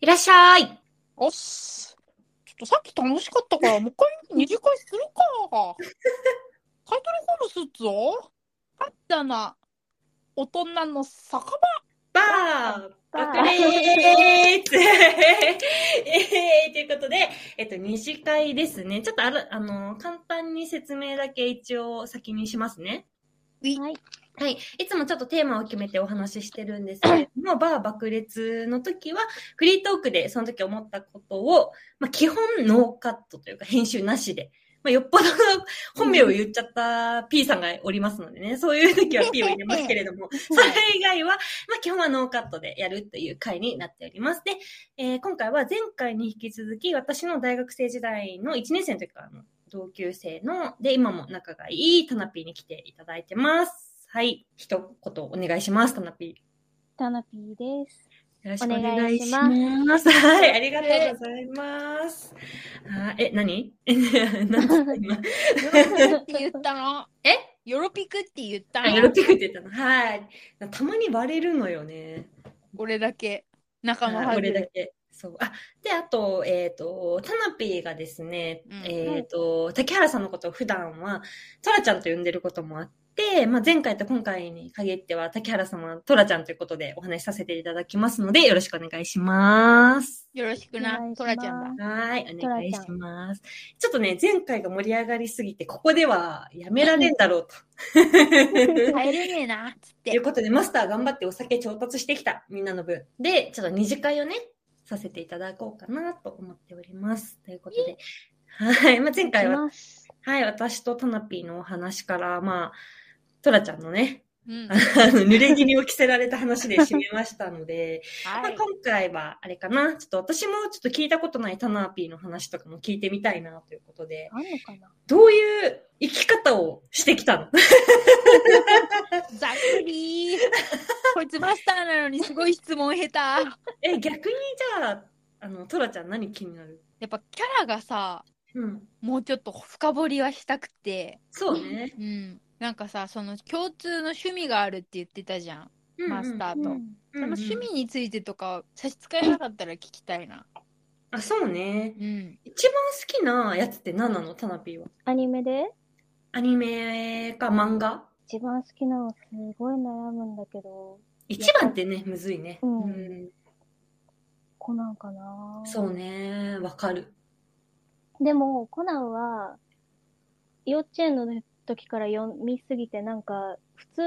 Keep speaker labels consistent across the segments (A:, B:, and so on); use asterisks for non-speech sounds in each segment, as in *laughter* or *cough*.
A: いらっしゃい。
B: おっす。ちょっとさっき楽しかったから、もう一回二次会するか。タイトルコールすっぞ。あったな。大人の酒場。
A: バー爆レー *laughs* ツえーということで、えっと、二次会ですね。ちょっとある、あの、簡単に説明だけ一応先にしますね。
B: はい。
A: はい。いつもちょっとテーマを決めてお話ししてるんですけれど *coughs* も、バー爆裂の時は、フリートークでその時思ったことを、まあ、基本ノーカットというか編集なしで、まあ、よっぽど本名を言っちゃった P さんがおりますのでね、そういう時は P を入れますけれども、 *laughs* それ以外は、まあ、基本はノーカットでやるという回になっております。で、えー今回は前回に引き続き、私の大学生時代の1年生の時からの同級生の、で、今も仲がいいタナピーに来ていただいてます。はい。一言お願いします、タナピー。
C: タナピーです。
A: よろし
C: し
A: く
C: くお
A: お
C: 願
A: 願い
C: い
A: し
C: し
A: ま。
C: ます
A: はい、ありがとうございます。あーえ、何 *laughs* なんつった今。
B: ヨロピクって言ったの。
A: え
B: ヨロピクって言った
A: あ
B: の。
A: よろしくって言ったの。はい。たまに割れるのよね。
B: 俺だけ。仲間
A: あ
B: 外
A: 俺だ
B: れ。
A: け。そう。あ、で、あと、えっ、と、タナピーがですね、
B: うん
A: えっ、と、竹原さんのことを普段は、トラちゃんと呼んでることもあって、まあ、前回と今回に限っては、竹原さんはトラちゃんということでお話しさせていただきますので、よろしくお願いします。
B: よろしくな
C: お願いしま。す
B: トラちゃんだ。
A: はい、お願いし
C: トラちゃ
A: ます。ちょっとね、前回が盛り上がりすぎて、ここではやめられんだろう *laughs* と。
B: 帰れねえな。つっ
A: という
B: て。
A: ことで、マスター頑張ってお酒調達してきた、みんなの分。で、ちょっと二次会をね、させていただこうかなと思っております。ということで、はい、まあ、前回
C: 行き
A: は、
C: ます。
A: はい、私とタナピーのお話から、まあ、トラちゃんのね、
B: うん。
A: あ
B: は
A: の、濡れ衣を着せられた話で締めましたので、まあ、
B: い。
A: 今回 *laughs* は、あれかな、ちょっと私もちょっと聞いたことないタナーピーの話とかも聞いてみたいなということで、
C: あんのかな
A: どういう生き方をしてきたの
B: ざっく *laughs* り。こいつマスターなのにすごい質問下手。
A: え、逆にじゃあ、あの、トラちゃん何気になる
B: やっぱキャラがさ、
A: うん。
B: もうちょっと深掘りはしたくて、
A: そうね。
B: うん、なんかさその共通の趣味があるって言ってたじゃん、マスター
C: う
B: と、
C: ん。
A: ー
B: その趣味についてとか差し支えなかったら聞きたいな
A: あ、そうね。
B: うん
A: 一番好きなやつって何なのタナピーは。
C: アニメで
A: アニメか漫画
C: 一番好きなのすごい悩むんだけど、
A: 一番ってね、むずいね。
C: うん
A: うん
C: コナンかな
A: そうね。わかる。
C: でも、コナンは、幼稚園の時から読みすぎて、なんか、普通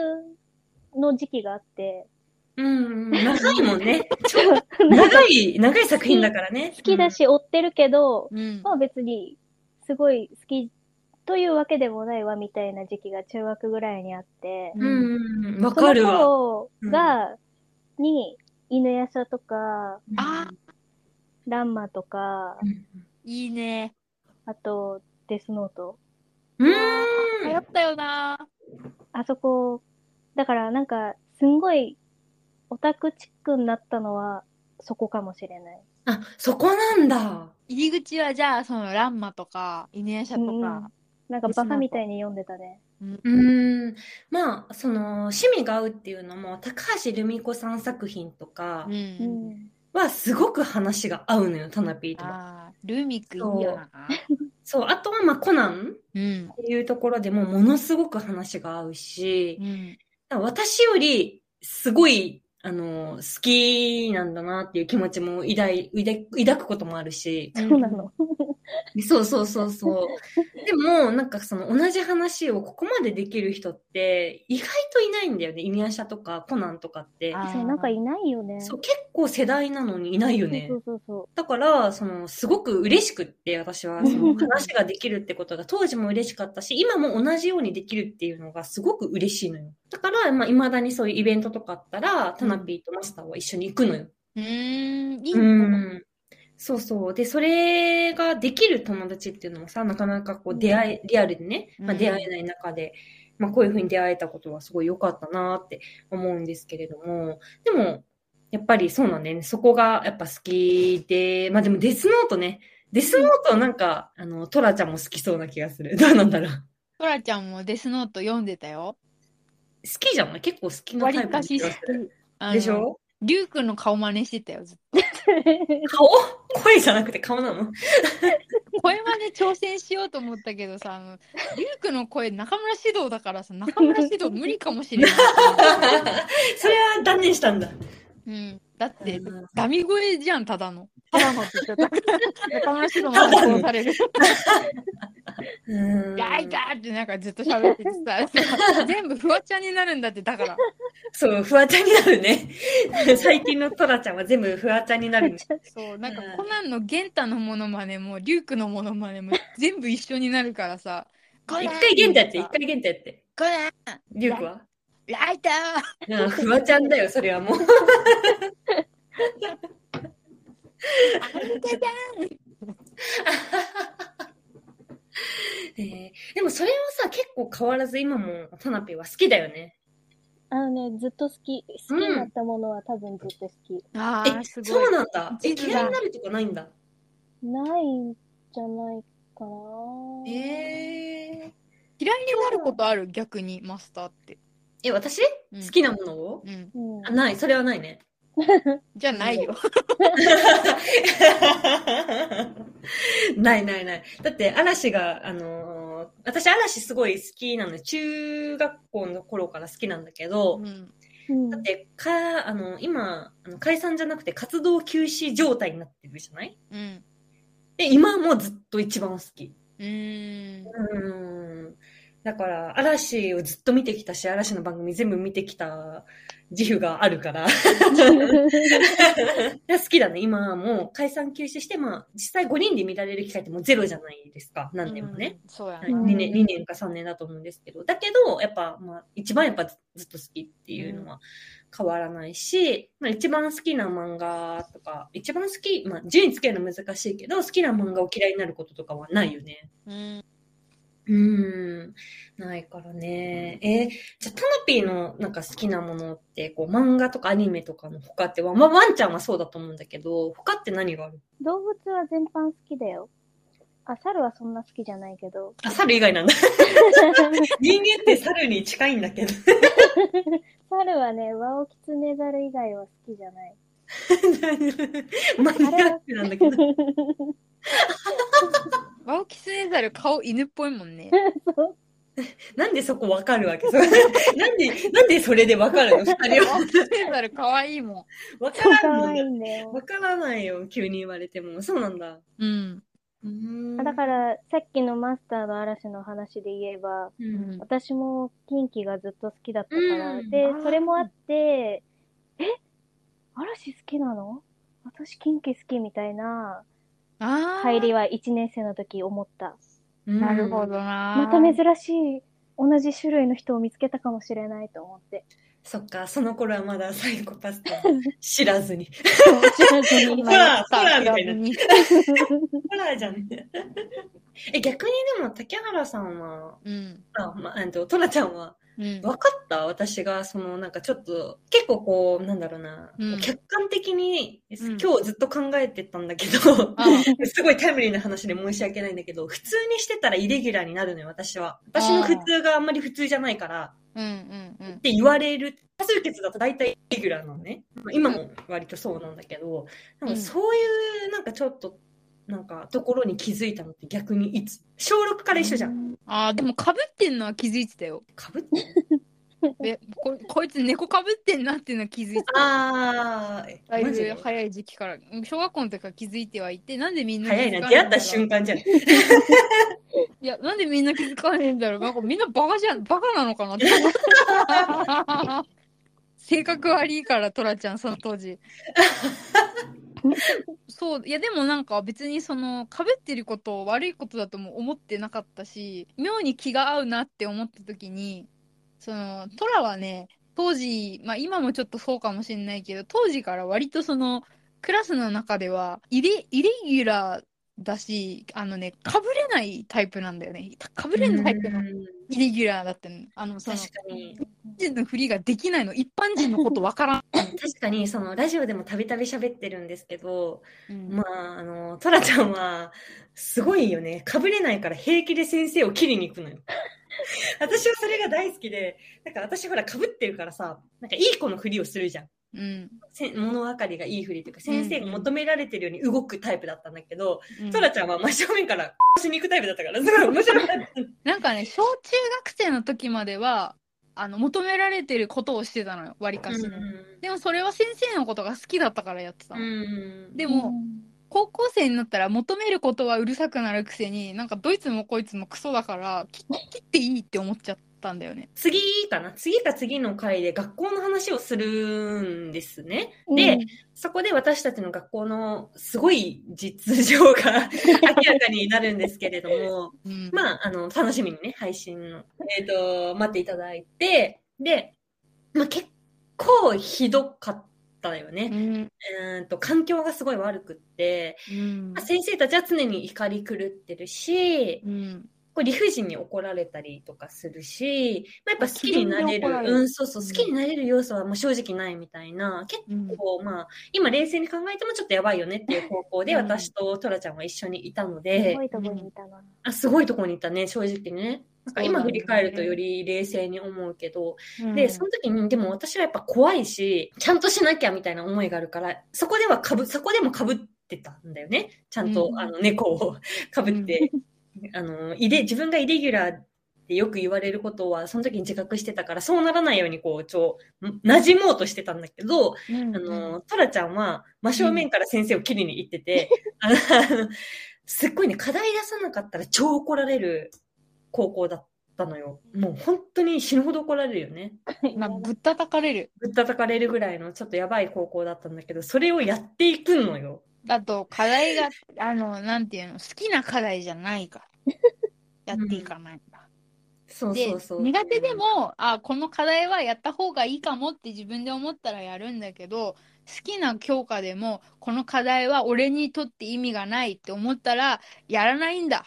C: の時期があって、 *laughs*
A: うん。長いもんね。ちょっ
C: 好
A: と長い、長い作品だから
C: *laughs*
A: ね。
C: きだし追ってるけど、
B: うん
C: まあ別に、すごい好きというわけでもないわみたいな時期が中学ぐらいにあって、
A: うんうんうん、わ
C: そ
A: か
C: の
A: るわ。
C: 頃が、に、犬やさとか、
B: あ
C: ランマとか
A: う、ん
B: いいね
C: あと、デスノート。
A: うん。
B: 流行ったよな
C: あそこ、だからなんか、すんごい、オタクチックになったのは、そこかもしれない。
A: あ、そこなんだ。
B: 入り口はじゃあそのランマとか犬夜叉とか、
C: なんかバカみたいに読んでたね。
B: うん
A: うん。まあ、その、趣味が合うっていうのも、高橋留美子さん作品とか
B: うん
C: うん。
A: は、すごく話が合うのよ、タナピーとは。
B: あールミックいいよな
A: そう、あとは、まあ、コナンっ
B: うん
A: ていうところでも、ものすごく話が合うし
B: う、ん
A: だから私より、すごい、あの、好きなんだなっていう気持ちも抱い、抱い抱くこともあるし、
C: そうなの。
A: そうそうそうそう。でも、なんかその同じ話をここまでできる人って意外といないんだよね。イニアシャとかコナンとかって。
B: あー
C: そう、なんかいないよね。
A: そう、結構世代なのにいないよね
C: そ。うそうそう
A: だから、その、すごく嬉しくって、私は、その話ができるってことが当時も嬉しかったし、今も同じようにできるっていうのがすごく嬉しいのよ。だから、まあ、未だにそういうイベントとかあったら、タナピーとマスターは一緒に行くのよ。
B: うーんいいね
A: うん。そうそう。で、それができる友達っていうのもさ、なかなかこう出会い、リアルでね、まあ、
B: うん
A: 出会えない中で、まあこういうふうに出会えたことはすごい良かったなって思うんですけれども、でも、やっぱりそうなんだよね。そこがやっぱ好きで、まあでもデスノートね。デスノートはなんか、あの、トラちゃんも好きそうな気がする。どうなんだろう。好
B: トラちゃんもデスノート読んでたよ
A: きじゃない結構好きなタ
B: 割
A: イプ
B: か
A: な
B: し
A: 気
B: 知
A: が
B: っ
A: す
B: て
A: る。
B: る。あの
A: でしょ
B: リュウ君の顔真似してたよ、ずっ
A: *laughs* 顔声じゃなくて顔なの *laughs*
B: 声まで挑戦しようと思ったけどさ、あのリュウクの声、中村獅童だからさ、中村獅童無理かもしれ *laughs* ない。
A: それは断念したんだ。
B: うん、だって、
A: うん
B: ダミ声じゃん、ただの。ただのって言っちゃった。中村獅童も殺される。
A: うん
B: やいたってなんかずっと喋ってて *laughs* さ、全部フワちゃんになるんだって、だから。
A: そう、フワちゃんになる
B: *laughs*
A: ね。最近のトラちゃんは全部フワちゃんになるね。
B: そう、なんか
A: うん
B: コナンの玄太のモノマネも、リュウクのモノマネも全部一緒になるからさ。
A: 一回ゲンタやって、一回ゲンタやって。
B: コナン、
A: リュウクは
B: ライター
A: うんフワちゃんだよ、それはもう。
B: アンケタ
A: *laughs* えーでもそれはさ、結構変わらず今もタナピは好きだよね。
C: あのね、ずっと好き。好きになったものは多分ずっと好き。
B: あ
A: え
B: ー、すご
A: そう
B: い。
A: なんだ。え、
B: 一途だ
A: 嫌いになるとかないんだ。
C: ないんじゃないかな。
A: えー、
B: 嫌いになることある逆に、マスターって。
A: え、私
B: うん
A: 好きなものを
B: うん。
C: うん
A: あ、ない、それはないね。
B: じゃないよ。
A: *laughs* ないないない。だって、嵐が、あのー私、嵐すごい好きなのよ中学校の頃から好きなんだけど、
B: うん。
C: うん
A: だって、か、あの、今、あの解散じゃなくて活動休止状態になってるじゃない
B: うん。
A: で、今はもうずっと一番好き。
B: うーん。
A: うん。だから、嵐をずっと見てきたし、嵐の番組全部見てきた自負がある
C: *laughs*
A: から。好きだね。今はもう解散休止して、まあ、実際5人で見られる機会ってもうゼロじゃないですか。何年もね。
B: うん。そうや
A: は
B: な。
A: い、
C: うん
A: 2, 年2年か3年だと思うんですけど。だけど、やっぱ、まあ、一番やっぱずずっと好きっていうのは変わらないし、まあ、一番好きな漫画とか、一番好き、まあ、順位つけるの難しいけど、好きな漫画を嫌いになることとかはないよね。
B: うん。
A: うーん、ないからね。えーじゃあ、タナピーのなんか好きなものって、こう、漫画とかアニメとかの他っては、まあ、ワンちゃんはそうだと思うんだけど、他って何がある
C: 動物は全般好きだよ。あ、猿はそんな好きじゃないけど。
A: あ、猿以外なんだ。人間って猿に近いんだけど。
C: 猿はね、ワオキツネザル以外は好きじ
A: *laughs*
C: ゃない。
A: マニアックなんだけど。
B: ワオキツネザル顔犬っぽいもんね。
C: そう
A: なんでそこわかるわけそれなんで、なんでそれでわかるの二人
B: ワ
A: は。
B: オキツネザル可愛いも
A: わからん
C: 可
A: もん
C: 愛い
A: ね。
C: んだよ
A: わ。からないよ、急に言われても。そうなんだ。
B: ん。うん。
A: うーん
C: あだから、さっきのマスターの嵐の話で言えば、
A: う
B: うんん。
C: 私もキンキがずっと好きだったから、
A: うん
C: で
B: あー、
C: それもあって、え嵐好きなの私キンキ好きみたいな
B: ああ。
C: 入りは1年生の時思った。
B: なるほど。な。
C: また珍しい、同じ種類の人を見つけたかもしれないと
A: *laughs*
C: 思って。
A: そっか、その頃はまだサイコパス
B: *laughs*
A: とは知らずに。 *laughs*
C: 知らずに
A: ほらほらみたいな
B: に。
A: ホラーじゃん。え、逆にでも、竹原さんは、
B: うん。
A: あ、ま、えっと、トラちゃんは、
B: うん。
A: 分かった私が、その、なんかちょっと、結構こう、なんだろうな、
B: うん
A: 客観的に、
B: ん
A: 今日ずっと考えてたんだけど、 *laughs*
B: あー
A: すごいタイムリーな話で申し訳ないんだけど、普通にしてたらイレギュラーになるのよ、私は。私の普通があんまり普通じゃないから、
B: うんうんうん
A: っ。て言われる、多数決だと大体レギュラーなのね。まあ今も割とそうなんだけど、なんかそういうなんかちょっと、なんかところに気づいたのって逆にいつ小6から一緒じゃん。
B: ああ、でも被ってんのは気づいてたよ。
A: かぶって
B: え、ここいつ猫被ってんなっていうのは気づいてた。
A: あー、
B: だい
A: マジ
B: ぶ
A: で
B: 早い時期から。うん小学校の時から気づいてはいて、なんでみんな
A: 早い
B: 気づ
A: な。
B: か
A: 出
B: へ
A: 会っ
B: んだ
A: た
B: ろう
A: 瞬間じゃん。
B: いや、なんでみんな気づかねえんだろう。なんかみんなバカじゃん、バカなのかなって。 *laughs* 性格悪いから、トラちゃん、その当時。そう、いやでもなんか別にその、被ってることを悪いことだとも思ってなかったし、妙に気が合うなって思った時に、その、トラはね、当時、まあ今もちょっとそうかもしれないけど、当時から割とその、クラスの中では、イレ、イレギュラーだし、あのね、被れないタイプなんだよね。被れないタイプの
A: うん
B: イレギュラーだったの。あの、その、
A: 確
B: 一
A: かに、
B: 般人の振りができないの。一般人のことわからん。
A: 確かに、その、ラジオでもたびたび喋ってるんですけど、
B: うん
A: まあ、あの、トラちゃんは、すごいよね。かぶれないから平気で先生を切りに行くの
B: *laughs*
A: よ。私はそれが大好きで、なんか私ほらかぶってるからさ、なんかいい子のふりをするじゃん。
B: うん。
A: せ物分かりがいいふりというか、先生が求められてるように動くタイプだったんだけど、
B: うん
A: トラちゃんは真正面
B: *laughs*
A: からしに行くタイプだったから、すごい面白かった。
B: なんかね、小中学生の時までは、あの、求められてることをしてたのよ、わりかし。でもそれは先生のことが好きだったからやってた
A: う
B: の。
A: ん。
B: でも、高校生になったら求めることはうるさくなるくせに、なんかどいつもこいつもクソだから、き切っていいって思っちゃったんだよね。
A: 次かな次か次の回で学校の話をするんですね。
C: うん、
A: で
C: うん、
A: そこで私たちの学校のすごい実情が *laughs* 明らかになるんですけれども、
B: うん。
A: まあ、あの、楽しみにね、配信の、えっ、と、待っていただいて、で、まあ、結構ひどかったよ
B: う
A: ね。
B: ん。
A: うーんと、環境がすごい悪くって、
B: うん
A: まあ、先生たちは常に怒り狂ってるし、
B: うん。
A: こう理不尽に怒られたりとかするし、まあ、やっぱ好きになれ
B: 自分で怒ら
A: る
B: れる
A: うん、そうそう、
B: う
A: 好
B: ん
A: きになれる要素はもう正直ないみたいな、結
B: うん
A: 構、まあ、今冷静に考えてもちょっとやばいよねっていう方向で、
B: うん
A: 私とトラちゃんは一緒にいたの
C: す
A: で
C: ご、いとこにいたな。
A: あすごいところにいたね、正直ね。なんか今
B: そうだね
A: 振り返るとより冷静に思うけど、
B: うん
A: で、その時に、でも私はやっぱ怖いし、ちゃんとしなきゃみたいな思いがあるから、そこではかぶ、そこでも被ってたんだよね。ちゃんと、
B: うん
A: あの、猫を *laughs* 被って、 *laughs* あの、イレ、自分がイレギュラーってよく言われることは、その時に自覚してたから、そうならないように、こう、ちょ、馴染もうとしてたんだけど、
B: うん
A: あの、トラちゃんは、真正面から先生を切りに行ってて、あの、すっごいね、課題出さなかったら超怒られる高校だったのよ。もう本当に死ぬほど怒られるよね。
B: まあ、ぶったたかれる。
A: ぶったたかれるぐらいのちょっとやばい高校だったんだけど、それをやっていくのよ。
B: だと、課題が、あの、なんていうの、好きな課題じゃないから。 *laughs* やっていかないんだ。
A: そう
B: で
A: そうそう。
B: 苦手で、もあこの課題はやった方がいいかもって自分で思ったらやるんだけど好きな教科でもこの課題は俺にとって意味がないって思ったらやらないんだ。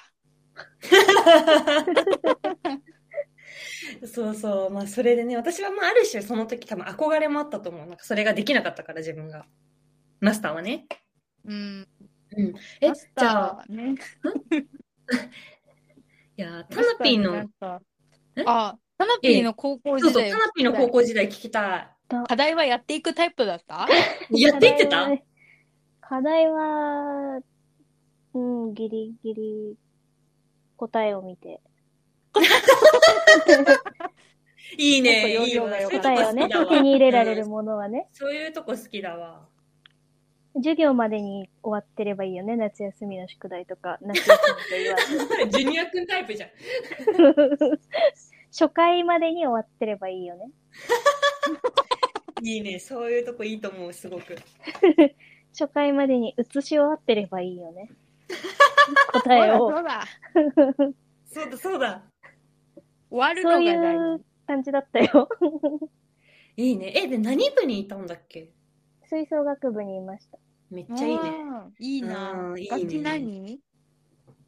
A: *laughs* そうそう。まあ、それでね、私はまあ、ある種その時多分憧れもあったと思う。なんかそれができなかったから、自分が。マスターはね。
B: うん、
A: うん。え、
B: マ
A: じ
B: スター
A: ゃあ、
B: はね、
A: いや、タナピー
B: マ
A: の
B: ス、ター
A: え
B: になんかあタナピーの高校
A: そう
B: 時
A: そう、
B: 代
A: タナピーの高校時代聞きたい。
B: 課題はやっていくタイプだった
A: やっていってた
C: 課題は課題は、うん、ギリギリ答えを見て。
A: いいね、
B: ちょっと
A: いいよ。
B: 要領が良
A: そう
B: か
A: いう
B: った
A: とこ好
C: 答えをね、
A: きだわ。
C: 手に入れられるものはね、
A: そういうとこ好きだわ。
C: 授業までに終わってればいいよね、夏休みの宿題とか、夏休み
A: ジュニア君タイプじゃん。
C: と言わ
A: *laughs*
C: ず。初回までに終わってればいいよね。
A: いいね、そういうとこいいと思う、すごく。
C: 初回までに写し終わってればいいよね。
A: *laughs*
C: 答えを。
B: そうだ
A: そうだ、そうだ。
B: 終わるの
C: そう
B: が
C: い
B: 大事。
C: う感じだったよ。
A: いいね。え、で、何部にいたんだっけ
C: 吹奏楽部にいました。
A: めっちゃいいね。
B: うんいいな
A: うんいい。ね
B: 楽器何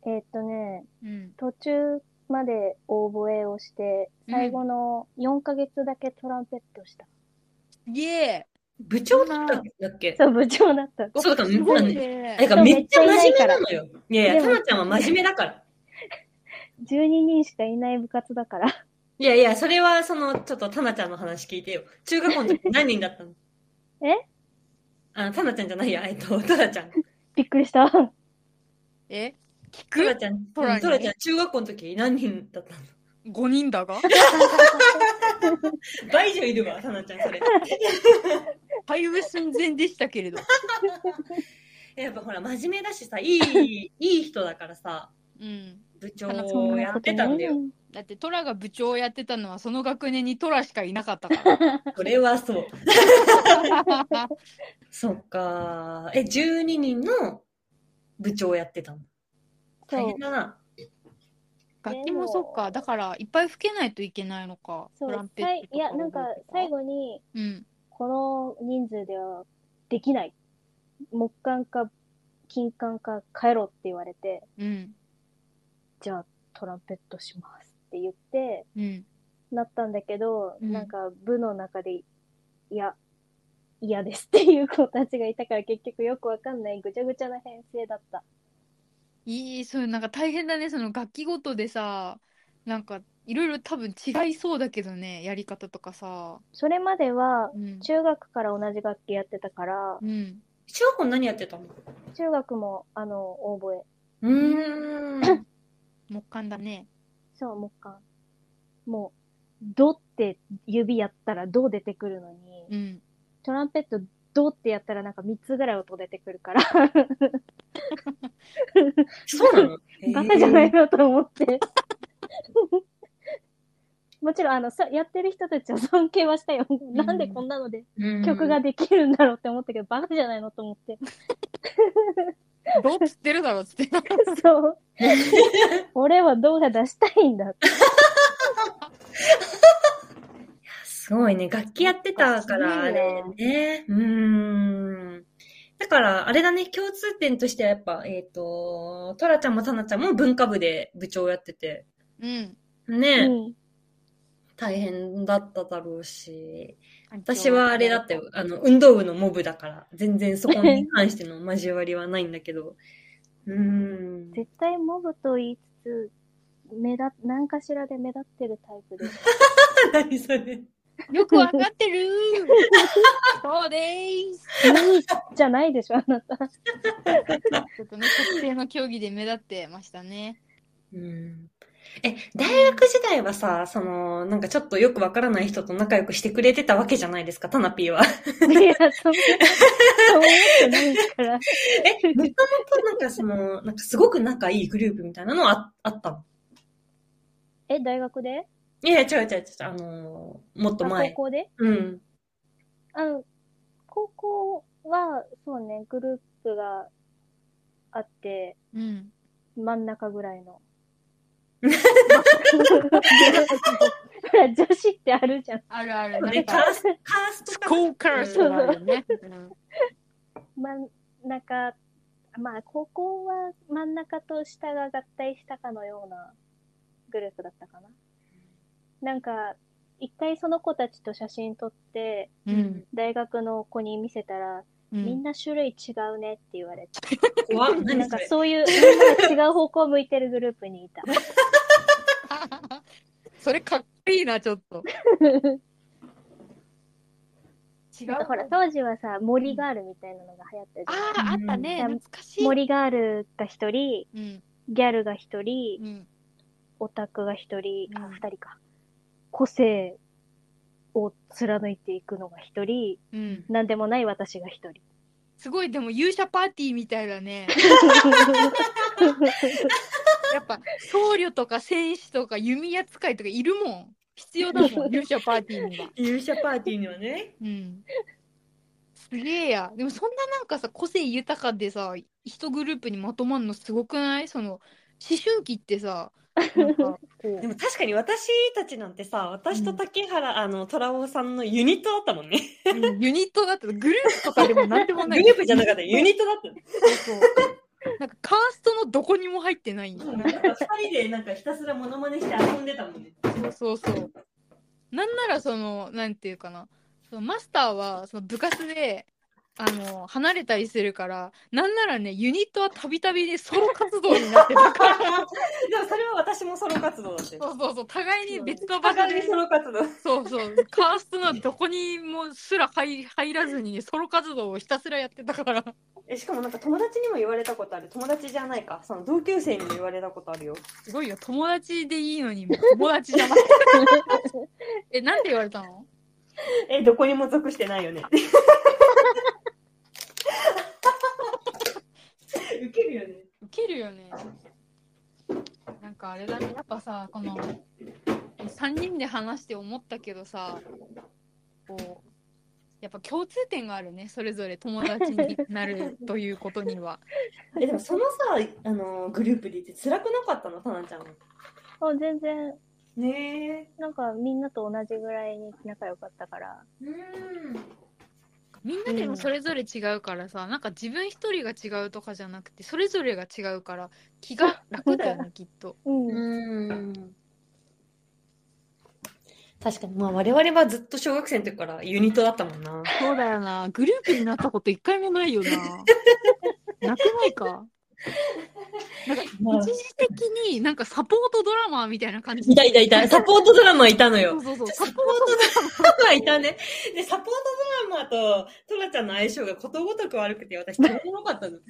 C: えーっとね、
B: うん。
C: 途中までオーボエをして、
B: うん
C: 最後の4ヶ月だけトランペットした。
B: イエ
A: 部長だったんだっけ
C: そう、部長だった。
B: ーイ
A: そうだ
B: すごい
A: なん
B: ね。
A: かめっちゃ真面目な
C: め
A: のよ。いやいや、た
C: でも
A: まちゃんは真面目だから。
C: 12人しかいない部活だから。 *laughs*
A: いやいや、それはその、ちょっとたまちゃんの話聞いてよ。中学校の時何人だったの
C: え
A: あ、たまちゃんじゃないや、えっと、トラちゃん。
C: びっくりした。
B: え聞
A: トラ
B: く
A: ちゃん、
B: トラに
A: トラちゃん、中学校の時何人だったの
B: ?5 人だが
A: *laughs* 倍以上いるわ、たまちゃん、それ。
B: ハイウェイ寸前でしたけれど。
A: やっぱほら、真面目だしさ、いい、いい人だからさ、
B: *laughs* うん。
A: 部長をやってたんだよ。
B: だってトラが部長をやってたのはその学年にトラしかいなかったから。
A: これはそう。
B: *laughs*
A: そっか。え、12人の部長をやってたの。
C: そう
A: 大変だな。
B: 楽器もそっか。だからいっぱい吹けないといけないのか。
C: そ
B: トラ
C: う
B: ン、ペ
C: さい
B: ット
C: いや、なんか最
B: 後。
C: 後に、
B: うん。
C: この人数ではできない。木管か金管か帰ろうって言われて、
B: うん。
C: じゃあトランペットしますって言って、
B: うん。
C: なったんだけど、
B: うん
C: なんか部の中で、いや、嫌ですっていう子たちがいたから結局よくわかんないぐちゃぐちゃな編成だった。
B: いい、そういうなんか大変だね。その楽器ごとでさ、なんか、いろいろ多分違いそうだけどね、やり方とかさ。
C: それまでは、
B: うん。
C: 中学から同じ学期やってたから、
B: うん。
A: 中学校何やってたの
C: 中学も、あの、オーボエ。
A: うーん。
B: 木簡だね。
C: そう、木管。もう、ドって指やったらド出てくるのに、
B: うん。
C: トランペットドってやったらなんか3つぐらい音出てくるから、
A: そう *laughs* なの
C: バカじゃな
A: へ
C: いなと思 *laughs* って。もちろん、あの、さやってる人たちは尊敬はしたよ。なんでこんなので
A: ー
C: 曲ができるんだろうって思ったけど、バカじゃないのと思って。
B: どうつってるだろうっつって。
C: *laughs* そう。 *laughs* 俺は動画出したいんだって。
A: すごいね。楽器やってたから、あれね。うーん。だから、あれだね、共通点としてはやっぱ、えっ、と、トラちゃんもタナちゃんも文化部で部長やってて、
B: うん。
C: う
A: ね、
C: ん。
A: 大変だっただろうし、
B: 環境
A: 私はあれだって、あの、運動部のモブだから、全然そこに関しての交わりはないんだけど、うーん。
C: 絶対モブと言いつつ、目立、何かしらで目立ってるタイプです。
A: 何それ。
B: よくわかって
A: *laughs*
B: るそうでーす
C: じゃないでしょ、あな *laughs* た。
B: ちょっとね、特定の競技で目立ってましたね。
A: うんえ、大学時代はさ、その、なんかちょっとよくわからない人と仲良くしてくれてたわけじゃないですか、タナピーは。
C: いや、そんな、そう思ってない *laughs* から。
A: え、もともとなんかその、なんかすごく仲いいグループみたいなのああったの
C: え、大学で
A: いやいや、違う違う違う、あのーもっと
C: あ
A: 前。
C: 高校で
A: うん。
C: あの、高校は、そうね、グループがあって、
B: うん。
C: 真ん中ぐらいの。ほら、女子ってあるじゃん。
B: あるある。な
A: ね、
B: ん
A: カー
B: か、
A: スカーストか
B: 高カラスがあるね。
C: 真ん中、まあ、高校は真ん中と下が合体したかのようなグループだったかな。なんか、一回その子たちと写真撮って、
B: うん。うん。
C: 大学の子に見せたら、
B: う
C: みん
B: ん。 *laughs*
C: な種類違うねって言われて。
A: *laughs* 怖っ
C: な
A: 何
C: ん
A: そ
C: か
A: れ。
C: そういう、みんな違う方向向いてるグループにいた。
B: それかっこいいな、ちょっと。違う。
C: ほら、当時はさ、森ガールみたいなのが流行った
B: あ
C: じゃん。
B: あ、あったね。
C: うん
B: 懐かしい。
C: 森ガールが一人、
B: うん。
C: ギャルが一人
B: う、ん。
C: オタクが一人、
B: う
C: あ、
B: ん
C: 二人か。個性を貫いていくのが一人、
B: うん。
C: なんでもない私が一人。
B: すごい、でも勇者パーティーみたいだね。やっぱ、僧侶とか戦士とか弓矢使いとかいるもん。必要だもん、勇者パーティーには。
A: 勇者パーティーにはね。
B: うん。すげえや。でもそんななんかさ、個性豊かでさ、一グループにまとまんのすごくないその、思春期ってさ、なんか、こ
A: で
B: う、
A: も確かに私たちなんてさ、私と竹原、あの、虎尾さんのユニットだったもんね。
B: うんユニットだったグループとかでもなんでも
A: グ
B: ない。
A: ループじゃなかった、ユニットだった。
B: そうそうなんか、カーストのどこにも入ってない。
A: なんか二人でなんかひたすらモノマネして遊ん *laughs* でたもんね。
B: そうそうそう。なんならその、なんていうかな。そのマスターは、その部活で、あの、離れたりするから、なんならね、ユニットはたびたびね、ソロ活動になってたから。
A: でもそれは私もソロ活動だって。
B: *laughs* そうそうそう、互いに別の場所
A: 互い
B: で
A: に、ソロ活動。
B: そうそう、カーストのどこにもすら入入らずに、ソロ活動をひたすらやってたから。
A: え、しかもなんか友達にも言われたことある。友達じゃないか。その同級生にも言われたことあるよ。
B: すごいよ、友達でいいのに、友達じゃなくて。 *laughs* え、なんて言われたの
A: *laughs* え、どこにも属してないよね。 *laughs* ウケるよね。
B: ウケるよね。なんかあれだね、やっぱさ、この、3人で話して思ったけどさ、こう、やっぱ共通点があるね、それぞれ友達になるということには。
A: え、でもそのさ、あの、グループでいて辛くなかったの、タナちゃんは。
C: もう全然、
A: ね
C: なんかみんなと同じぐらいに仲良かったから。
A: え。うん。
B: みんなでもそれぞれ違うからさ、なんか自分一人が違うとかじゃなくて、それぞれが違うから気が楽だよね、きっと。
C: うん。
A: うん確かに、まあ我々はずっと小学生の時からユニットだったもん *laughs* な。
B: *laughs* そうだよな。グループになったこと一回もないよな。なくないか。一時的になんかサポートドラマーみたいな感じ
A: いたいたいた。サポートドラマいたの
B: そ
A: よ
B: う。そうそう
A: サ
B: サ
A: ポ
B: ポ
A: ー
B: ー
A: トドラマいたね。で、サポートドラマとトラちゃんの相性がことごとく悪くて、
B: *laughs*
A: 私、とてもなかったの。
B: い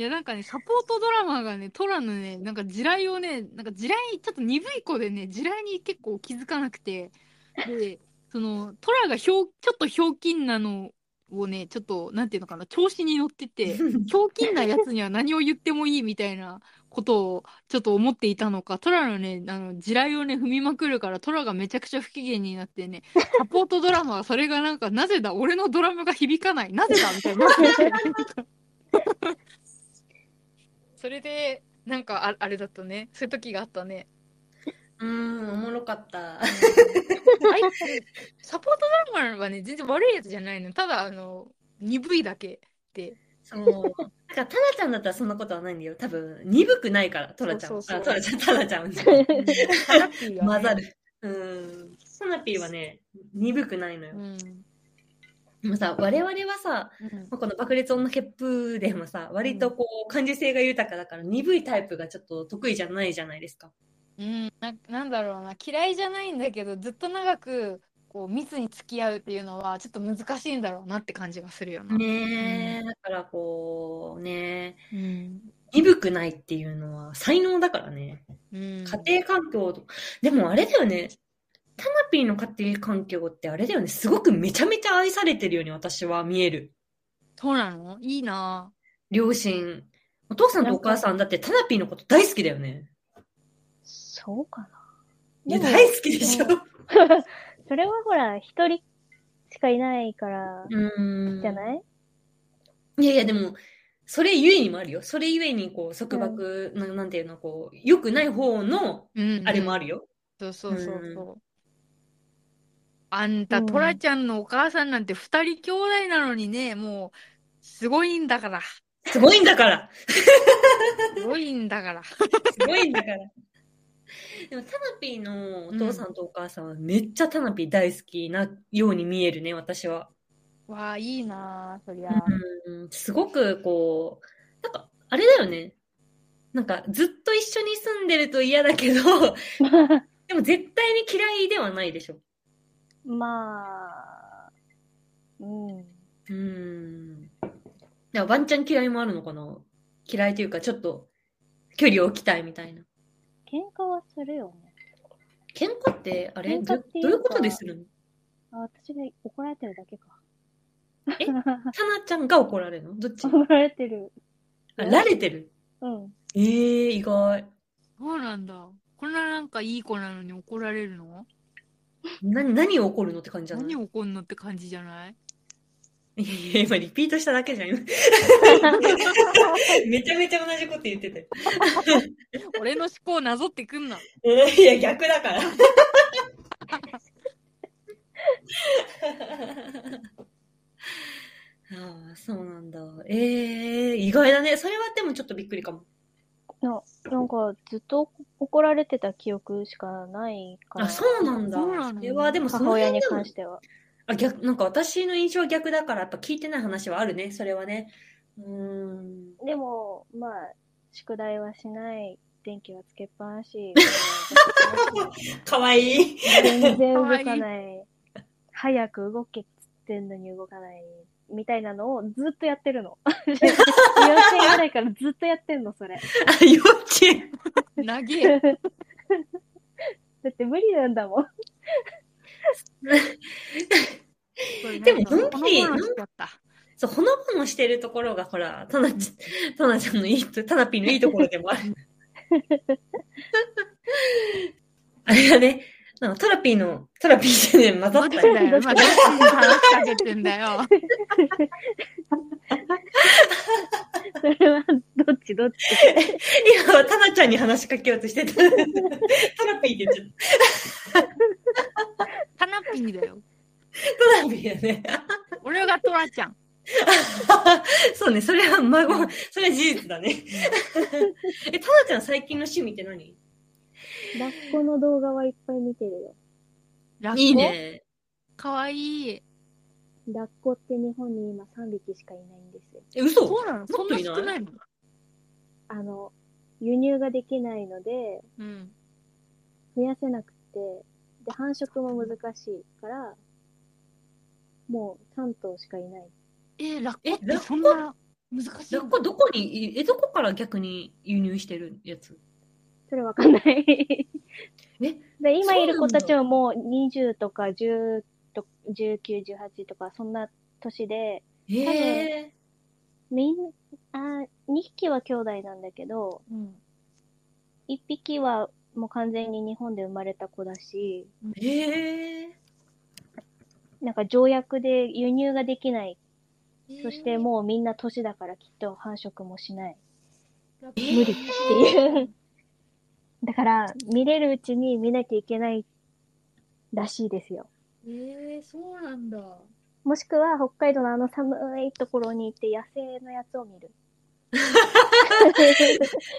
B: やなんかねサポートドラマーがねトラのねなんか地雷をねなんか地雷ちょっと鈍い子でね地雷に結構気づかなくてでそのトラがひょうちょっとひょうきんなのをねちょっとなんていうのかな調子に乗っててひょうきんなやつには何を言ってもいいみたいなことをちょっと思っていたのか、トラのね、あの、地雷をね、踏みまくるから、トラがめちゃくちゃ不機嫌になってね、サポートドラマはそれがなんか、なぜだ、俺のドラムが響かない、なぜだ、みたいな。それで、なんかあ、あれだったね。そういう時があったね。
A: うーん、おもろかった。
B: あいつサポートドラマはね、全然悪いやつじゃないの。ただ、あの、鈍いだけで。
A: そう。なんか、タラちゃんだったらそんなことはないんだよ。多分、鈍くないから、トラちゃんは。
B: そうそうそ
A: あト
B: う
A: ラちゃん、タラちゃん。*laughs*
B: *laughs* うんハッピーがね
A: 混ざる。うん。サナピーはね、鈍くないのよ
B: う。ん。
A: でもさ、我々はさ、
B: うん
A: まあこの爆裂音のヘップでもさ、割とこう、感受性が豊かだから、鈍いタイプがちょっと得意じゃないじゃないですか。
B: うん、ななんだろうな嫌いじゃないんだけどずっと長くこう密に付き合うっていうのはちょっと難しいんだろうなって感じがするよな。
A: ねえ、だからこう、ね
B: うん
A: 鈍くないっていうのは才能だからね。
B: うん、
A: 家庭環境と、でもあれだよね、タナピーの家庭環境ってあれだよね、すごくめちゃめちゃ愛されてるように私は見える。
B: そうなのいいな
A: 両親。お父さんとお母さんだってタナピーのこと大好きだよね。
C: そうかな。
A: いや、
C: でも
A: 大好きでしょ。
C: それはほら、一人しかいないから、
A: うん。
C: じゃない
A: いやいや、でも、それゆえにもあるよ。それゆえに、こう、束縛、ななんていうの、こう、良くない方の、
B: うん、
A: あれもあるよ。
B: そうそうそうそう。あんた、トラちゃんのお母さんなんて二人兄弟なのにね、もう、すごいんだから。
A: すごいんだから
B: すごいんだから。
A: すごいんだから。 *laughs* でも、タナピーのお父さんとお母さんはめっちゃタナピー大好きなように見えるね、私は。
B: わあ、いいなそりゃ。
A: うん、すごくこう、なんか、あれだよね。なんか、ずっと一緒に住んでると嫌だけど、 *laughs* でも絶対に嫌いではないでしょ。
C: *laughs* まあ、うん。
A: うん。だからワンチャン嫌いもあるのかな嫌いというか、ちょっと、距離を置きたいみたいな。
C: 喧嘩はするよね。
A: 喧嘩って、あれ
C: 喧
A: どど
C: 嘩って
A: う
C: いう
A: い
C: か
A: うことでするの
C: あ、私が怒られてるだけか。
A: えタナちゃんが怒られるのどっち
C: *laughs* 怒られてる。
A: あ、られてる
C: うん。
A: ええ意外。
B: そうなんだ。こんななんかいい子なのに怒られるの
A: な、何を怒るのって感じじゃない
B: 何怒んのって感じじゃない
A: いやいや、今リピートしただけじゃん。めちゃめちゃ同じこと言ってたよ。
B: 俺の思考をなぞってくんな。
A: えーいや、逆だから。 *laughs* ああ、そうなんだ。ええ意外だね。それはでもちょっとびっくりかも。
C: ななんか、ずっと怒られてた記憶しかないから。
A: あ、そうなんだ。
B: そうなの
A: それはでもそ
C: 母
A: の
C: 親
A: 辺
C: に
A: でも
C: 関しては。
A: あ、逆、なんか私の印象は逆だから、やっぱ聞いてない話はあるね。それはね。うーん。
C: でも、まあ、宿題はしない。電気はつけっぱ
A: *laughs*
C: なし。
A: かわいい。
C: 全然動かない。 *laughs* 早く動けっつってんのに動かない。みたいなのをずっとやってる *laughs* の。幼稚園ぐらいからずっとやってんの、そ *laughs* れ。
A: あ、幼稚園。
B: なげ
C: *laughs*
B: え。
C: だって無理なんだもん。
A: でものん
B: こ
A: びり
B: の頃しちゃった。
A: そう、ほのぼのしてるところが、ほら、タナち、タナちゃんのいいと、タナピーのいいところでもある。あれだね、なんかトラピーの、トラピーじゃねえ、混ざ
B: ど
A: っ
B: っち
A: た
B: だ
A: よ。
B: よ。今どっちに話しかけてんだよ。
C: それはどっちどっち。
A: 今はタナちゃんに話しかけようとしてた。ト *laughs* ラピーって言っちゃっ
B: タナピーだよ。
A: た。トラピーだね。 *laughs*
B: 俺がトラちゃん。
A: そうね、それは孫、それは事実だね。え、タナちゃん最近の趣味って何
C: ラッコの動画はいっぱい見てるよ。
B: ラッコ。
A: いい。ね。
B: かわいい。
C: ラッコって日本に今3匹しかいないんですよ。
A: え、嘘
B: そうなのそんな少ないの
C: あの、輸入ができないので、
B: うん。
C: 増やせなくて、で、繁殖も難しいから、もう3頭しかいない。
B: え、ラッコ
A: え
B: ってそんな難しい
A: ラッコどこに、え、どこから逆に輸入してるやつ
C: それわかんない。
A: え
C: *laughs* で、今いる
A: そうな
C: 子
A: んだ
C: たちはもう20とか10と19、18とか、そんな年で、
A: ええ
C: みんな、2匹は兄弟なんだけど、
B: うん。
C: 1匹はもう完全に日本で生まれた子だし、
A: ええ
C: なんか条約で輸入ができない。そして
B: う、
C: もうみんな年だからきっと繁殖もしない。
B: 無
C: 無理っていう。だから、見れるうちに見なきゃいけないらしいですよ。
B: えー、そうなんだ。
C: もしくは北海道のあの寒いところに行って野生のやつを見る。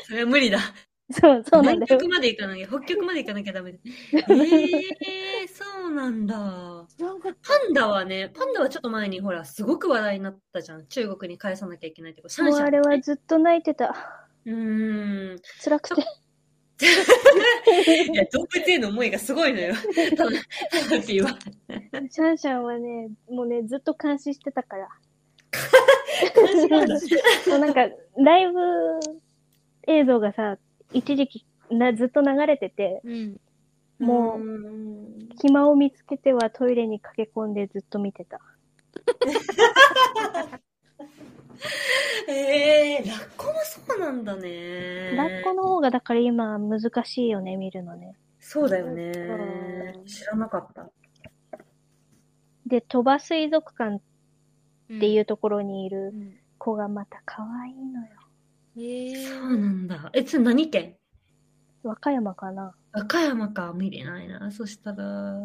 A: それは無理だ。
C: *laughs* そう、そうなんだ
A: 南
C: よ
A: 極。まで行かなきゃ、北極まで行かなきゃダメだ。ええそうなんだ。
B: なんか、
A: パンダはね、パンダはちょっと前にほら、すごく話題になったじゃん。中国に返さなきゃいけないってこと。シャン
C: もう
A: シャ
C: あ
A: ン。
C: れはずっと泣いてた。
A: うーん。
C: 辛 *laughs* くて。
A: いや、動物への思いがすごい
C: *laughs*
A: のよ。ただ、ハッピーは。
C: シャンシャンはね、もうね、ずっと監視してたから。 *laughs* もうなんか、ライブ映像がさ、一時期なずっと流れてて、
B: うん。。
C: もう暇を見つけてはトイレに駆け込んでずっと見てた。
A: ええラッコもそうなんだね。
C: ラッコの方がだから今難しいよね、見るのね。
A: そうだよね
C: う。ん
A: 知らなかった。
C: で、鳥羽水族館っていううところにい
B: う
C: る
B: ん
C: 子がまた可愛いのよ。
B: え
A: そう
B: ー、
A: なんだ。え、それ何県
C: 和歌山かな
A: 和歌山か。見れないな。そしたら、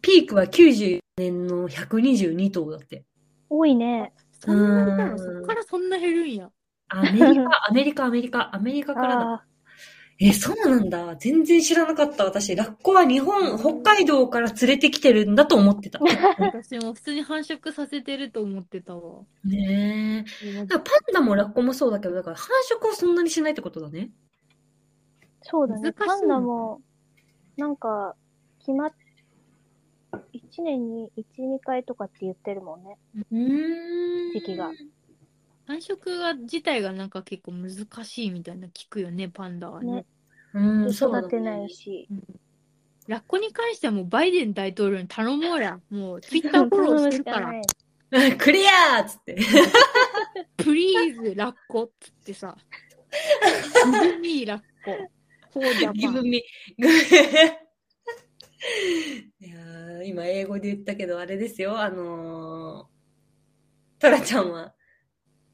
A: ピークは90年の122頭だって。
C: 多いね。
B: そんなにいたの
A: う
B: そ
A: ん
B: っからそんな減るんや。
A: アメリ
C: *laughs*
A: カ、アメリカ、アメリカ、アメリカからだ。
C: あ
A: え、そうなんだ。全然知らなかった、私。ラッコは日本、北海道から連れてきてるんだと思ってた。
B: 私も普通に繁殖させてると思ってたわ。
A: ねえ。だからパンダもラッコもそうだけど、だから繁殖をそんなにしないってことだね。
C: ーそうだね。
B: 難しい
C: パンダも、なんか、決まっ、1年に1、2回とかって言ってるもんね。
A: うーん。
C: 時期が。
B: 繁殖が自体がなんか結構難しいみたいな聞くよね、パンダはね
C: ね。
A: うん、
C: で
A: そうだ
C: 育て
A: ね。
C: ないし。
B: ラッコに関してはもうバイデン大統領に頼もうや。もうツイッターフォローしてるから
C: 頼、むし
A: *laughs* クリアーっつって。
B: プリーズラッコっつってさ、ギブミーラッコ、フォージャ
A: ギ
B: パ
A: ブ
B: ン。
A: ミ。 *laughs* いやー今英語で言ったけど、あれですよ、あのートラちゃんは、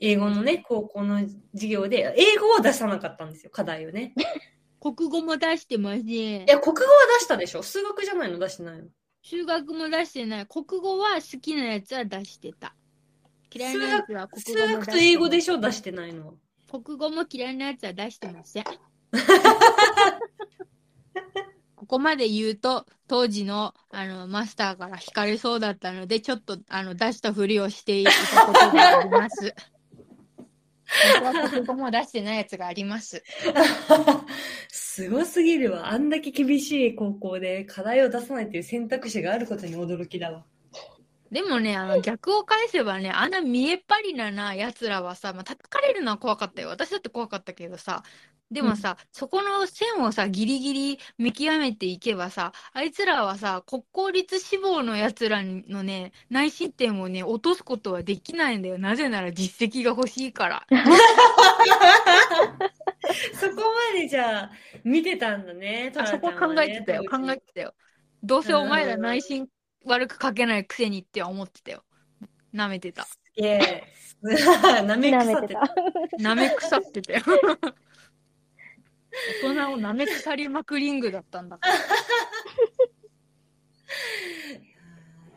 A: 英語のね、高校の授業で、英語を出さなかったんですよ、課題をね。い
B: 国語も出してません。
A: や、国語は出したでしょ数学じゃないの出してないの
B: 中学も出してない。国語は好きなやつは出してた。嫌いなやつは国
A: 数
B: 語も出してない
A: 学と英語でしょ出してないのは。
B: 国語も嫌いなやつは出してません。ここまで言うと、当時のあのマスターから惹かれそうだったので、ちょっとあの出したふりをしていたことがあります。僕は国語も出してないやつがあります。
A: すごすぎるわ。あんだけ厳しい高校で課題を出さないっていう選択肢があることに驚きだわ。
B: でもね、あの逆を返せばね、あんな見えっ張りななやつらはさ、まあ、叩かれるのは怖かったよ。私だって怖かったけどさ、でもさ、そこの線をさ、ギリギリ見極めていけばさ、あいつらはさ、国公立志望のやつらのね、内申点をね、落とすことはできないんだよ。なぜなら実績が欲しいから。
A: そこまでじゃあ、見てたんだね、ト
B: あ
A: ラちゃ
B: そ
A: んはね、
B: こ考えてたよ。考えてたよ。どうせお前ら内申悪く書けないくせにって思ってたよ。舐めてた。
A: いえ、 *laughs* なめ
C: 舐
A: く
C: め
A: さってて
C: た
A: た。。
B: 舐め腐ってたよ。 *laughs* 大人を舐め腐りまくリングだったんだから。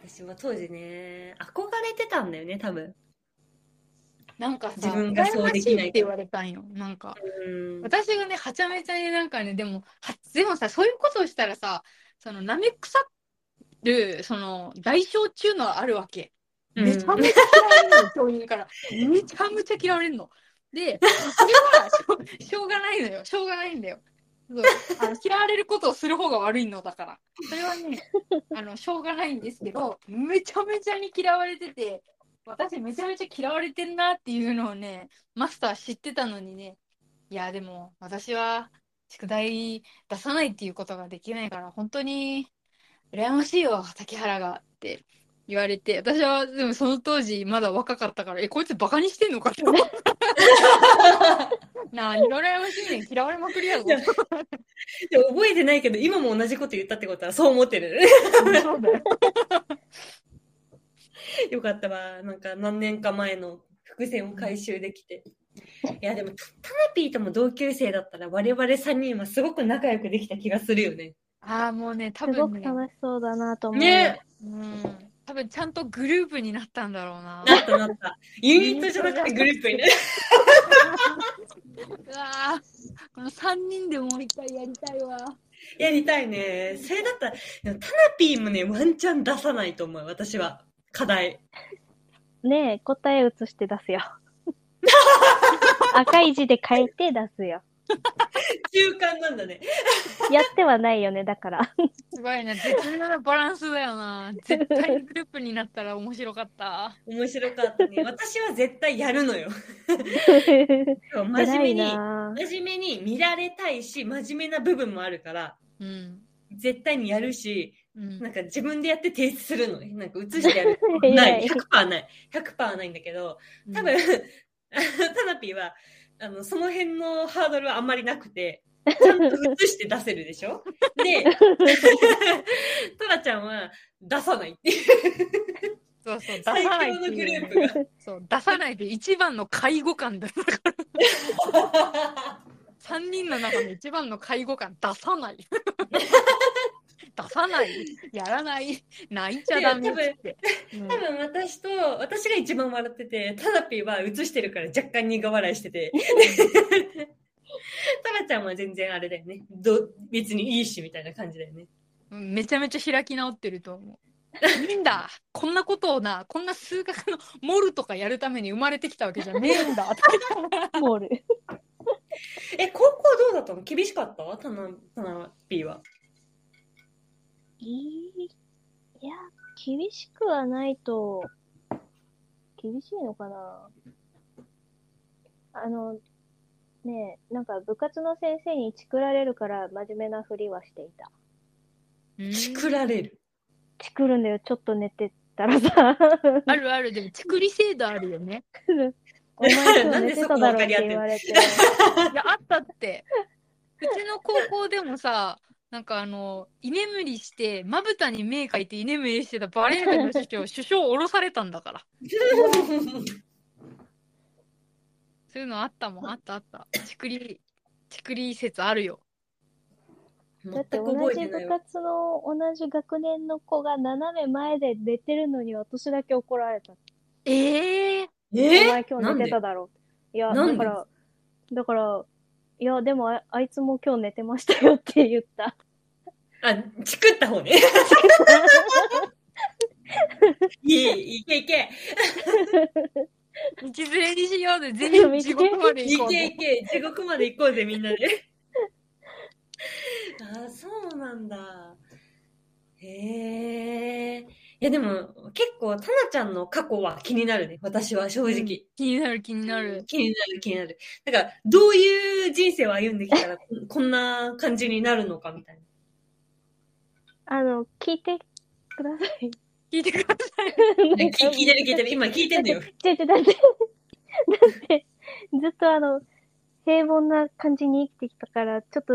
A: 私は当時ね、憧れてたんだよね、多分。
B: なんかさ、
A: 自分がそうできない
B: 羨ましって言われたんよ。なんか、
A: うん。
B: 私がね、はちゃめちゃになんかね、でも、はでもさ、そういうことをしたらさ、その舐め腐る、その、代償っていうのはあるわけ。めちゃめちゃ嫌われるの、教員から。めちゃめちゃ嫌われるの。で、それはしょ *laughs* しょうがないのよ。しょうがないんだよ。そうあの嫌われることをする方が悪いのだから。それはね、あのしょうがないんですけど、めちゃめちゃに嫌われてて、私めちゃめちゃ嫌われてんなっていうのをね、マスター知ってたのにね、いや、でも私は宿題出さないっていうことができないから、本当に羨ましいよ、竹原がって言われて、私はでもその当時まだ若かったから、え、こいつバカにしてんのかって思った。 *laughs* なあ、羨ましいねん嫌われまくりやぞ。
A: いやで覚えてないけど、今も同じこと言ったってことはそう思ってる。 *laughs*
B: そうだよ。
A: よかったわ。なんか何年か前の伏線を回収できて。いや、でも、タタナピーとも同級生だったら、我々3人はすごく仲良くできた気がするよね。
B: ああ、もうね、多
C: すご
B: 分
C: く
B: ね、
C: 楽しそうだなと思う。
A: ね
B: うん、多分ちゃんとグループになったんだろうな。
A: なったなった。ユニットじゃなくてグループになる。
B: うわあ、この三人でもう一回やりたいわ。
A: やりたいね。それだったら、でもタナピーもね、ワンチャン出さないと思う、私は。課題。
C: ねえ、答え写して出すよ。赤い字で書いて出すよ。
A: 習慣なんだね。
C: やってはないよね、だから。
B: すごいな、絶妙なバランスだよな。絶対にグループになったら面白かった。
A: 面白かった *laughs* ね。私は絶対やるのよ。真面
C: 偉
A: 目
C: い
A: に、
C: な
A: 真面目に見られたいし、真面目な部分もあるから、
B: うん。
A: 絶対にやるし、
B: うん
A: なんか自分でやって提出するのね。なんか写してやる。*laughs*
C: 偉
A: ない。
C: い
A: 100%ない。100%ないんだ *laughs* けど、多分、
B: うん
A: タナピーは、あの、その辺のハードルはあんまりなくて、ちゃんと写して出せるでし
B: *laughs*
A: ょで、 *laughs* トラちゃんは出さないっていう、
B: そうそう、出さ
A: 最
B: ない
A: 強
B: って
A: のグル
B: いう
A: ー
B: ね
A: プが。
B: そう、出さないで一番の介護官だよだから。3人の中の一番の介護官、出さない。出さない。やらない。泣いちゃダメって。うん
A: 多分私と、私が一番笑ってて、タナピーは写してるから若干苦笑いして
B: *laughs*
A: て。タラちゃんは全然あれだよね。ど別にいいしみたいな感じだよね。
B: うんめちゃめちゃ開き直ってると思う。いいんだこんなことをな、こんな数学のモルとかやるために生まれてきたわけじゃねえんだ。
C: モール。
A: え、高校どうだったの厳しかったタナ、タナピーは。
C: いいいや、厳しくはないと、厳しいのかなあの、ねえ、なんか部活の先生にチクられるから真面目なふりはしていた。
B: うん
A: 作られ
B: *laughs*
A: る。
C: チクるんだよ、ちょっと寝てたら
A: *laughs*
C: さ。
B: あるある、でも、ちくり制度あるよね。
C: お前今日寝てただろって言われて。
B: いや、あったって。うちの高校でもさ、なんかあの、居眠りして、まぶたに目描いて居眠りしてたバレエ部の首長、首相降ろされたんだから。そういうのあったもん、あったあった。ちくり、ちくり説あるよ。
A: 全
C: だ
A: く
C: って同
A: 覚え
C: じ
A: てない
C: 部
A: わ。
C: 活の同じ学年の子が斜め前で寝てるのに私だけ怒られた。
B: ええ
A: え
C: お前今日寝てただろ。いや、
A: なんで
C: だから、だから、いや、でもああいつも今日寝てましたよって言った。
A: あ、チクった方ね。いい、いけいけ。
B: 道連れにしようで、全員地獄まで
A: い
B: 行こう
A: け
B: ね。
A: いけ。地獄まで行こうぜ、みんなで。あ、そうなんだ。へえ。いや、でも、結構、タナちゃんの過去は気になるね。私は正直。
B: 気になる、気になる。
A: 気になる気になる。だから、どういう人生を歩んできたら、こんこんな感じになるのかみたいな。
C: *laughs* あの、聞いてください。
B: 聞いてください。
C: *laughs*
A: 聞聞いてる聞いてる。今聞いてんだよ。
C: 違う違う、だって、だって、ずっとあの、平凡な感じに生きてきたから、ちょっと、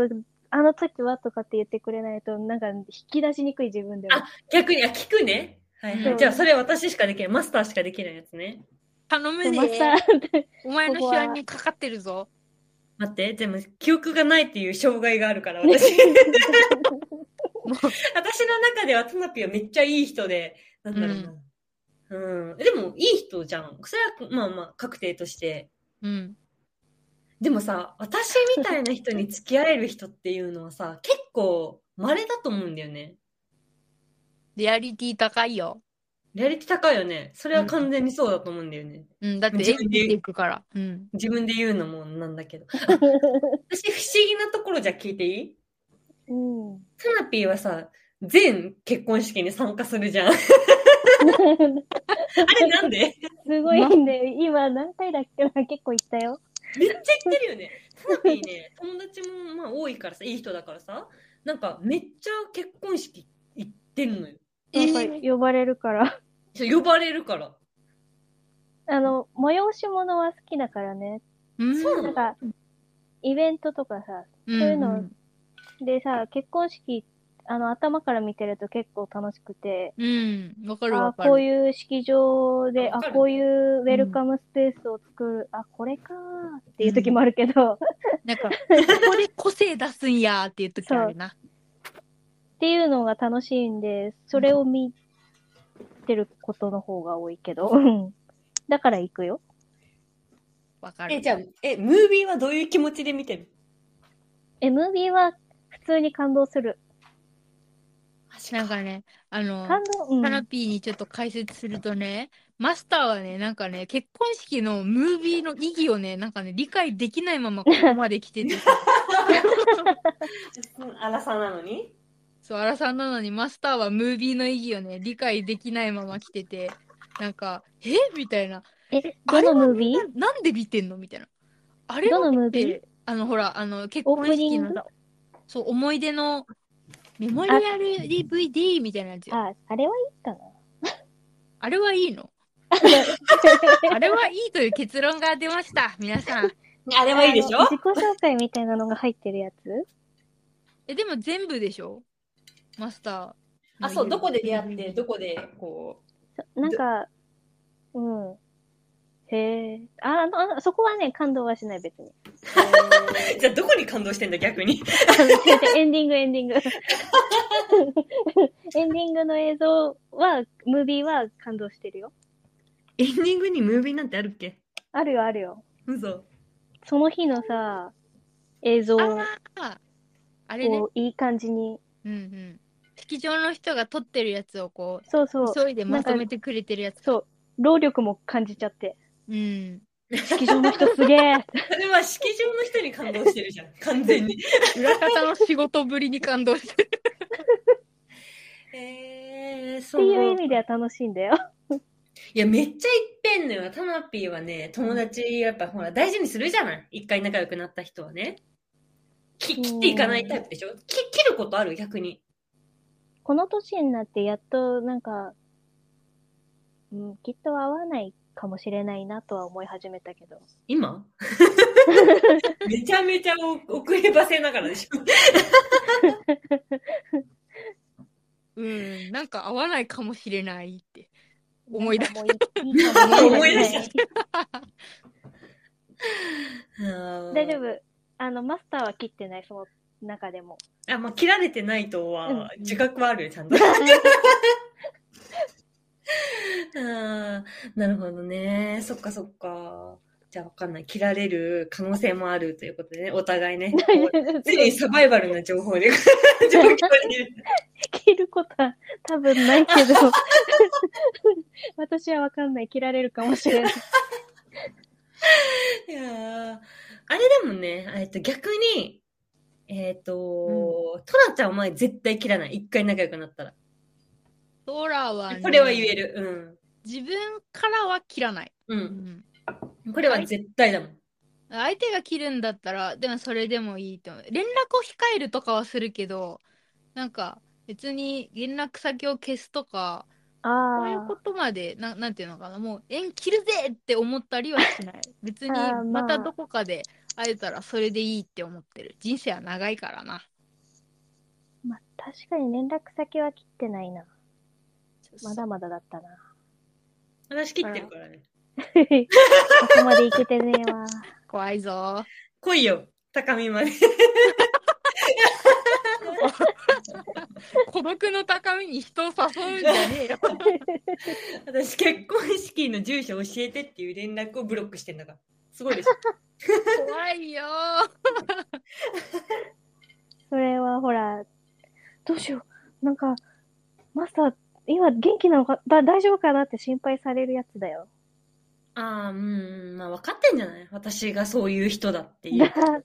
C: あの時はとかって言ってくれないと、なんか引き出しにくい自分でも。
A: 逆に、あ、聞くね。はいは
C: う
A: い。
C: ん
A: じゃあ、それ私しかできない。マスターしかできないやつね。
B: 頼む
C: でもま
B: ね。
C: た、
B: お前の手腕にかかってるぞ。
A: 待って、でも、記憶がないっていう障害があるから、私。 *laughs* 私の中ではタナピはめっちゃいい人で、なんだろうな。うん、でも、いい人じゃん。それは、まあまあ、確定として。
B: うん。
A: でもさ、私みたいな人に付き合える人っていうのはさ、結構、稀だと思うんだよね。
B: リアリティ高いよ。
A: リアリティ高いよね。それは完全にそうだと思うんだよね。
B: うん、だって演技していくから。うん。
A: 自分で言うのもなんだ *laughs* けど。私、不思議なところじゃ聞いていい
C: *laughs* うん。
A: カナピーはさ、全結婚式に参加するじ *laughs* ゃん。あれなんで
C: すごいんで、今何回だっけな結構行ったよ。
A: めっちゃ言ってるよね。カナピーね、友達もまあ多いからさ、いい人だからさ、なんかめっちゃ結婚式行ってんのよ。
B: えー
C: なんか呼ばれるから。
A: そう呼ばれるから。
C: *laughs* あの、催し物は好きだからね。
B: うん
A: そう
C: なんか、イベントとかさ、
B: うん
C: そういうのでさ、結婚式、あの、頭から見てると結構楽しくて、
B: うん。わかるわ
C: あ
B: かる。
C: こういう式場で、
A: わ
C: あ
A: かる
C: こういうウェルカムスペースを作る、あ、これかーっていう時もあるけ
B: *laughs*
C: ど、っ
B: なん
C: *laughs*
B: か、ここで個性出すんやーっていう時あるな。
C: ていうのが楽しいんで、それを見てることの方が多いけど、 *laughs* うんだから行くよ。
B: わか
A: え、
B: る。
A: じゃあ、え、ムービーはどういう気持ちで見てる
C: MV は普通に感動する。
B: なんかね、あの、
C: 感動、うん。
B: カナピーにちょっと解説するとね、マスターはね、なんかね、結婚式のムービーの意義をね、なんかね、理解できないままここまで来
C: *laughs*
B: てて、
A: アラサーなのに
B: そう、アラさんなのにマスターはムービーの意義をね、理解できないまま来てて、なんか、えみたいな。
C: え、どのムービー
B: ななんで見てんのみたいな。あれ
C: どの
B: は
C: ム
B: っ
C: ービー
B: て、あの、ほら、あの、結
C: オー
B: 婚
C: プニ
B: 式
C: ン
B: の
C: グ
B: さ、そう、思い出の、メモリアル DVD みたいなやつよ。あ
C: あ、あれはいいかな。
B: れはいいのあ
C: *laughs*
B: れはいいという結論が出ました、 *laughs* 皆さん。
A: あれはいいでし
C: あ
A: ょ
C: の自己紹介みたいなのが入ってるやつ
B: え、でも全部でしょマスター。
A: あ、そう、どこで出会って、どこで、こ
C: そなんか、うん。へえ。あ、あの、あそこはね、感動はしない、
A: *laughs*
C: 別
A: *laughs*
C: に。
A: う。じゃあ、どこに感動してんだ、逆に。
C: あの違う違うエンディング、エンディング。 *laughs* エンディングの映像は、ムービーは感動してるよ。
A: エンディングにムービーなんてあるっけ
C: あるよ、あるよ。
A: *laughs* 嘘。
C: その日のさ、映像を
B: ああれね。
C: いい感じに。
B: うんうん。式場の人が撮ってるやつをこう、
C: そうそう。
B: 急いでまとめてくれてるやつ。
C: そう。労力も感じちゃって。
B: うん。
C: 式場の人すげ
B: *laughs*
C: え。
A: それは式場の人に感動してるじゃん、完全に。
B: 裏方の仕事ぶりに感動してる。
A: えー、
C: っ
A: そ
C: て
A: う。
C: いう意
A: い
C: 味では楽しいんだよ。
A: や、めっちゃいっぺんのよ。タナピーはね、友達、やっぱほら、大事にするじゃない一回仲良くなった人はね。き切っていかないタイプでしょき切ることある逆に。
C: この年になってやっとなんか、うん、きっと合わないかもしれないなとは思い始めたけど。 *laughs*
A: 今めちゃめちゃお遅ればせながらでしょ
B: うん。なんか合わないかもしれないって。思い出し
C: なんかもういいいいかもしれな
A: 思い出
C: い
A: し
C: 大丈
A: 大
C: 夫。あの、マスターは切ってない、その中でも。
A: あ、まあ、切られてないとは、
C: うん
A: 自覚はあるよ、ちゃんと。あーなるほどね。そっかそっか。じゃあわかんない。切られる可能性もあるということでね、お互
C: *laughs*
A: いね。常にサバイバルな情 *laughs* 報で、状況にいる。
C: 切ることは多分ないけど。 *laughs* 私はわかんない。切られるかもしれない。
A: いやーあれでもね、えっと、逆に、えっ、と、トラちゃんお前絶対切らない。一回仲良くなったら。
B: た。ソーラーはね、
A: これは言える。
B: 自分からは切らない。
A: うん。う
B: うんん。。
A: これは絶対だもん。
B: 相手が切るんだったら、でもそれでもいいと思う。連絡を控えるとかはするけど、なんか別に連絡先を消すとか、
C: あ
B: そういうことまで、ななんていうのかな、もう縁切るぜって思ったりは
A: *laughs*
B: しない。別に
C: あーまあ
B: またどこかで会えたらそれでいいって思ってる。人生は長いからな。
C: まあ、確かに連絡先は切ってないな。まだまだだったな。 *laughs*
A: 私切ってるからね。
C: ここまでいけてねえわ。
B: 怖いぞ。
A: 来いよ。高みまで。
B: 孤独の高みに人を誘うんじゃねえ
A: *laughs*
B: よ。
A: *laughs* 私結婚式の住所教えてっていう連絡をブロックしてんだから。すごいでし *laughs* ょ。
B: 怖いよ。
C: それはほら、どうしよう。なんか、マスター今元気なのか、だ大丈夫かなって心配されるやつだよ。
A: ああ、うん、まあ分かってんじゃない私がそういう人だっていう *laughs*
C: だ。から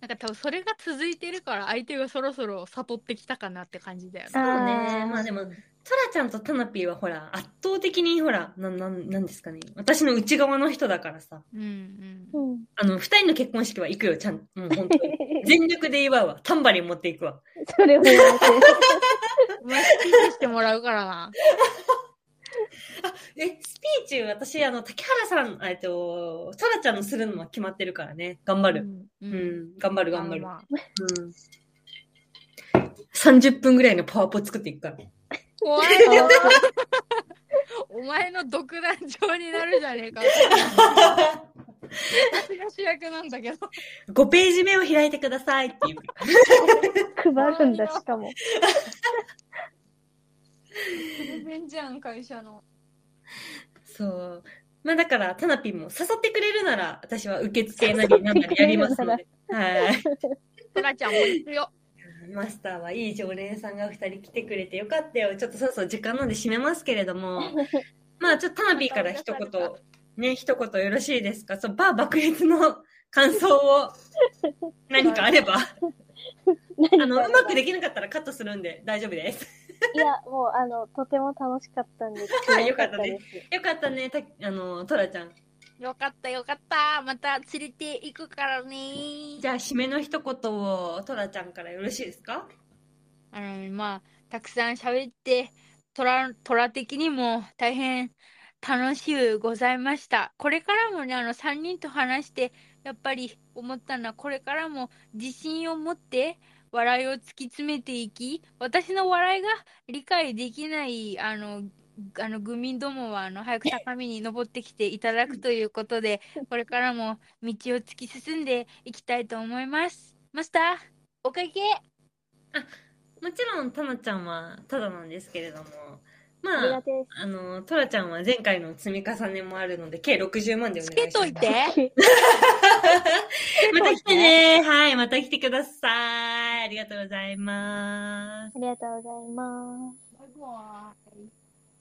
B: なんか多分それが続いてるから相手がそろそろ悟ってきたかなって感じだよね。
A: そうね
C: あ。ー
A: まあでも、トラちゃんとタナピーはほら、圧倒的にほら、な、なん、なんですかね。私の内側の人だからさ。
B: うんうん。
C: うん。
A: あの、二人の結婚式は行くよ、ちゃん、もう本当 *laughs* に。全力で祝うわ。タンバリン持っていくわ。
C: それを言われて。
B: お前スピーチしてもらうからな。
A: え、スピーチ、私、あの、竹原さん、えっと、トラちゃんのするのは決まってるからね。頑張る。
B: う。
A: うんん、頑張る、頑張る。
B: まあまあ
A: うん。30分ぐらいのパワポ作っていくから。
B: 怖い
A: *laughs*
B: よ。お前の独壇場になるじゃねえか。私が主役なんだけど。
A: 5ページ目を開いてくださいっていう。
C: 配るんだ、
A: *laughs*
C: しかも。
B: ごめんじゃん、会社の。
A: そう。まあだから、タナピンも誘ってくれるなら、私は受付なりなんなりやりますので。 *laughs* はい。
B: トラちゃんも行くよ。
A: マスターはいい常連さんがお二人来てくれてよかったよ。ちょっとそろそろ時間なんで締めますけれど *laughs* も。まあちょっとタナピーから一言、ね、一言よろしいですかそう、バー爆裂の感想 *laughs* を何かあれば。あの、うまくできなかったらカットするんで大丈夫です。
C: いや、もう、あの、とても楽しかったんです。
A: *laughs* よかったですよかったね、たあの、トラちゃん。
B: よかったよかった。また連れて行くからね。
A: じゃあ、締めの一言をトラちゃんからよろしいですか
B: あの、まあ、たくさん喋って、トラ、トラ的にも大変楽しゅうございました。これからもね、あの、3人と話して、やっぱり思ったのは、これからも自信を持って、笑いを突き詰めていき、私の笑いが理解できない、あの、あの、愚民どもは、あの、早く高みに登ってきていただくということで、これからも道を突き進んでいきたいと思います。マスター、お会計
A: もちろん、タナちゃんはただなんですけれども、
C: あり
A: ま
C: が
A: あ、
C: とう
A: あの、トラちゃんは前回の積み重ねもあるので、計60万でお
B: つ
A: 願
B: け
A: いしま
B: と
A: す。
B: いて。
C: で
A: *laughs*
C: す。
A: また来てね。はい、また来てください。ありがとうございます。
C: ありがとうございます。
B: バイバイ。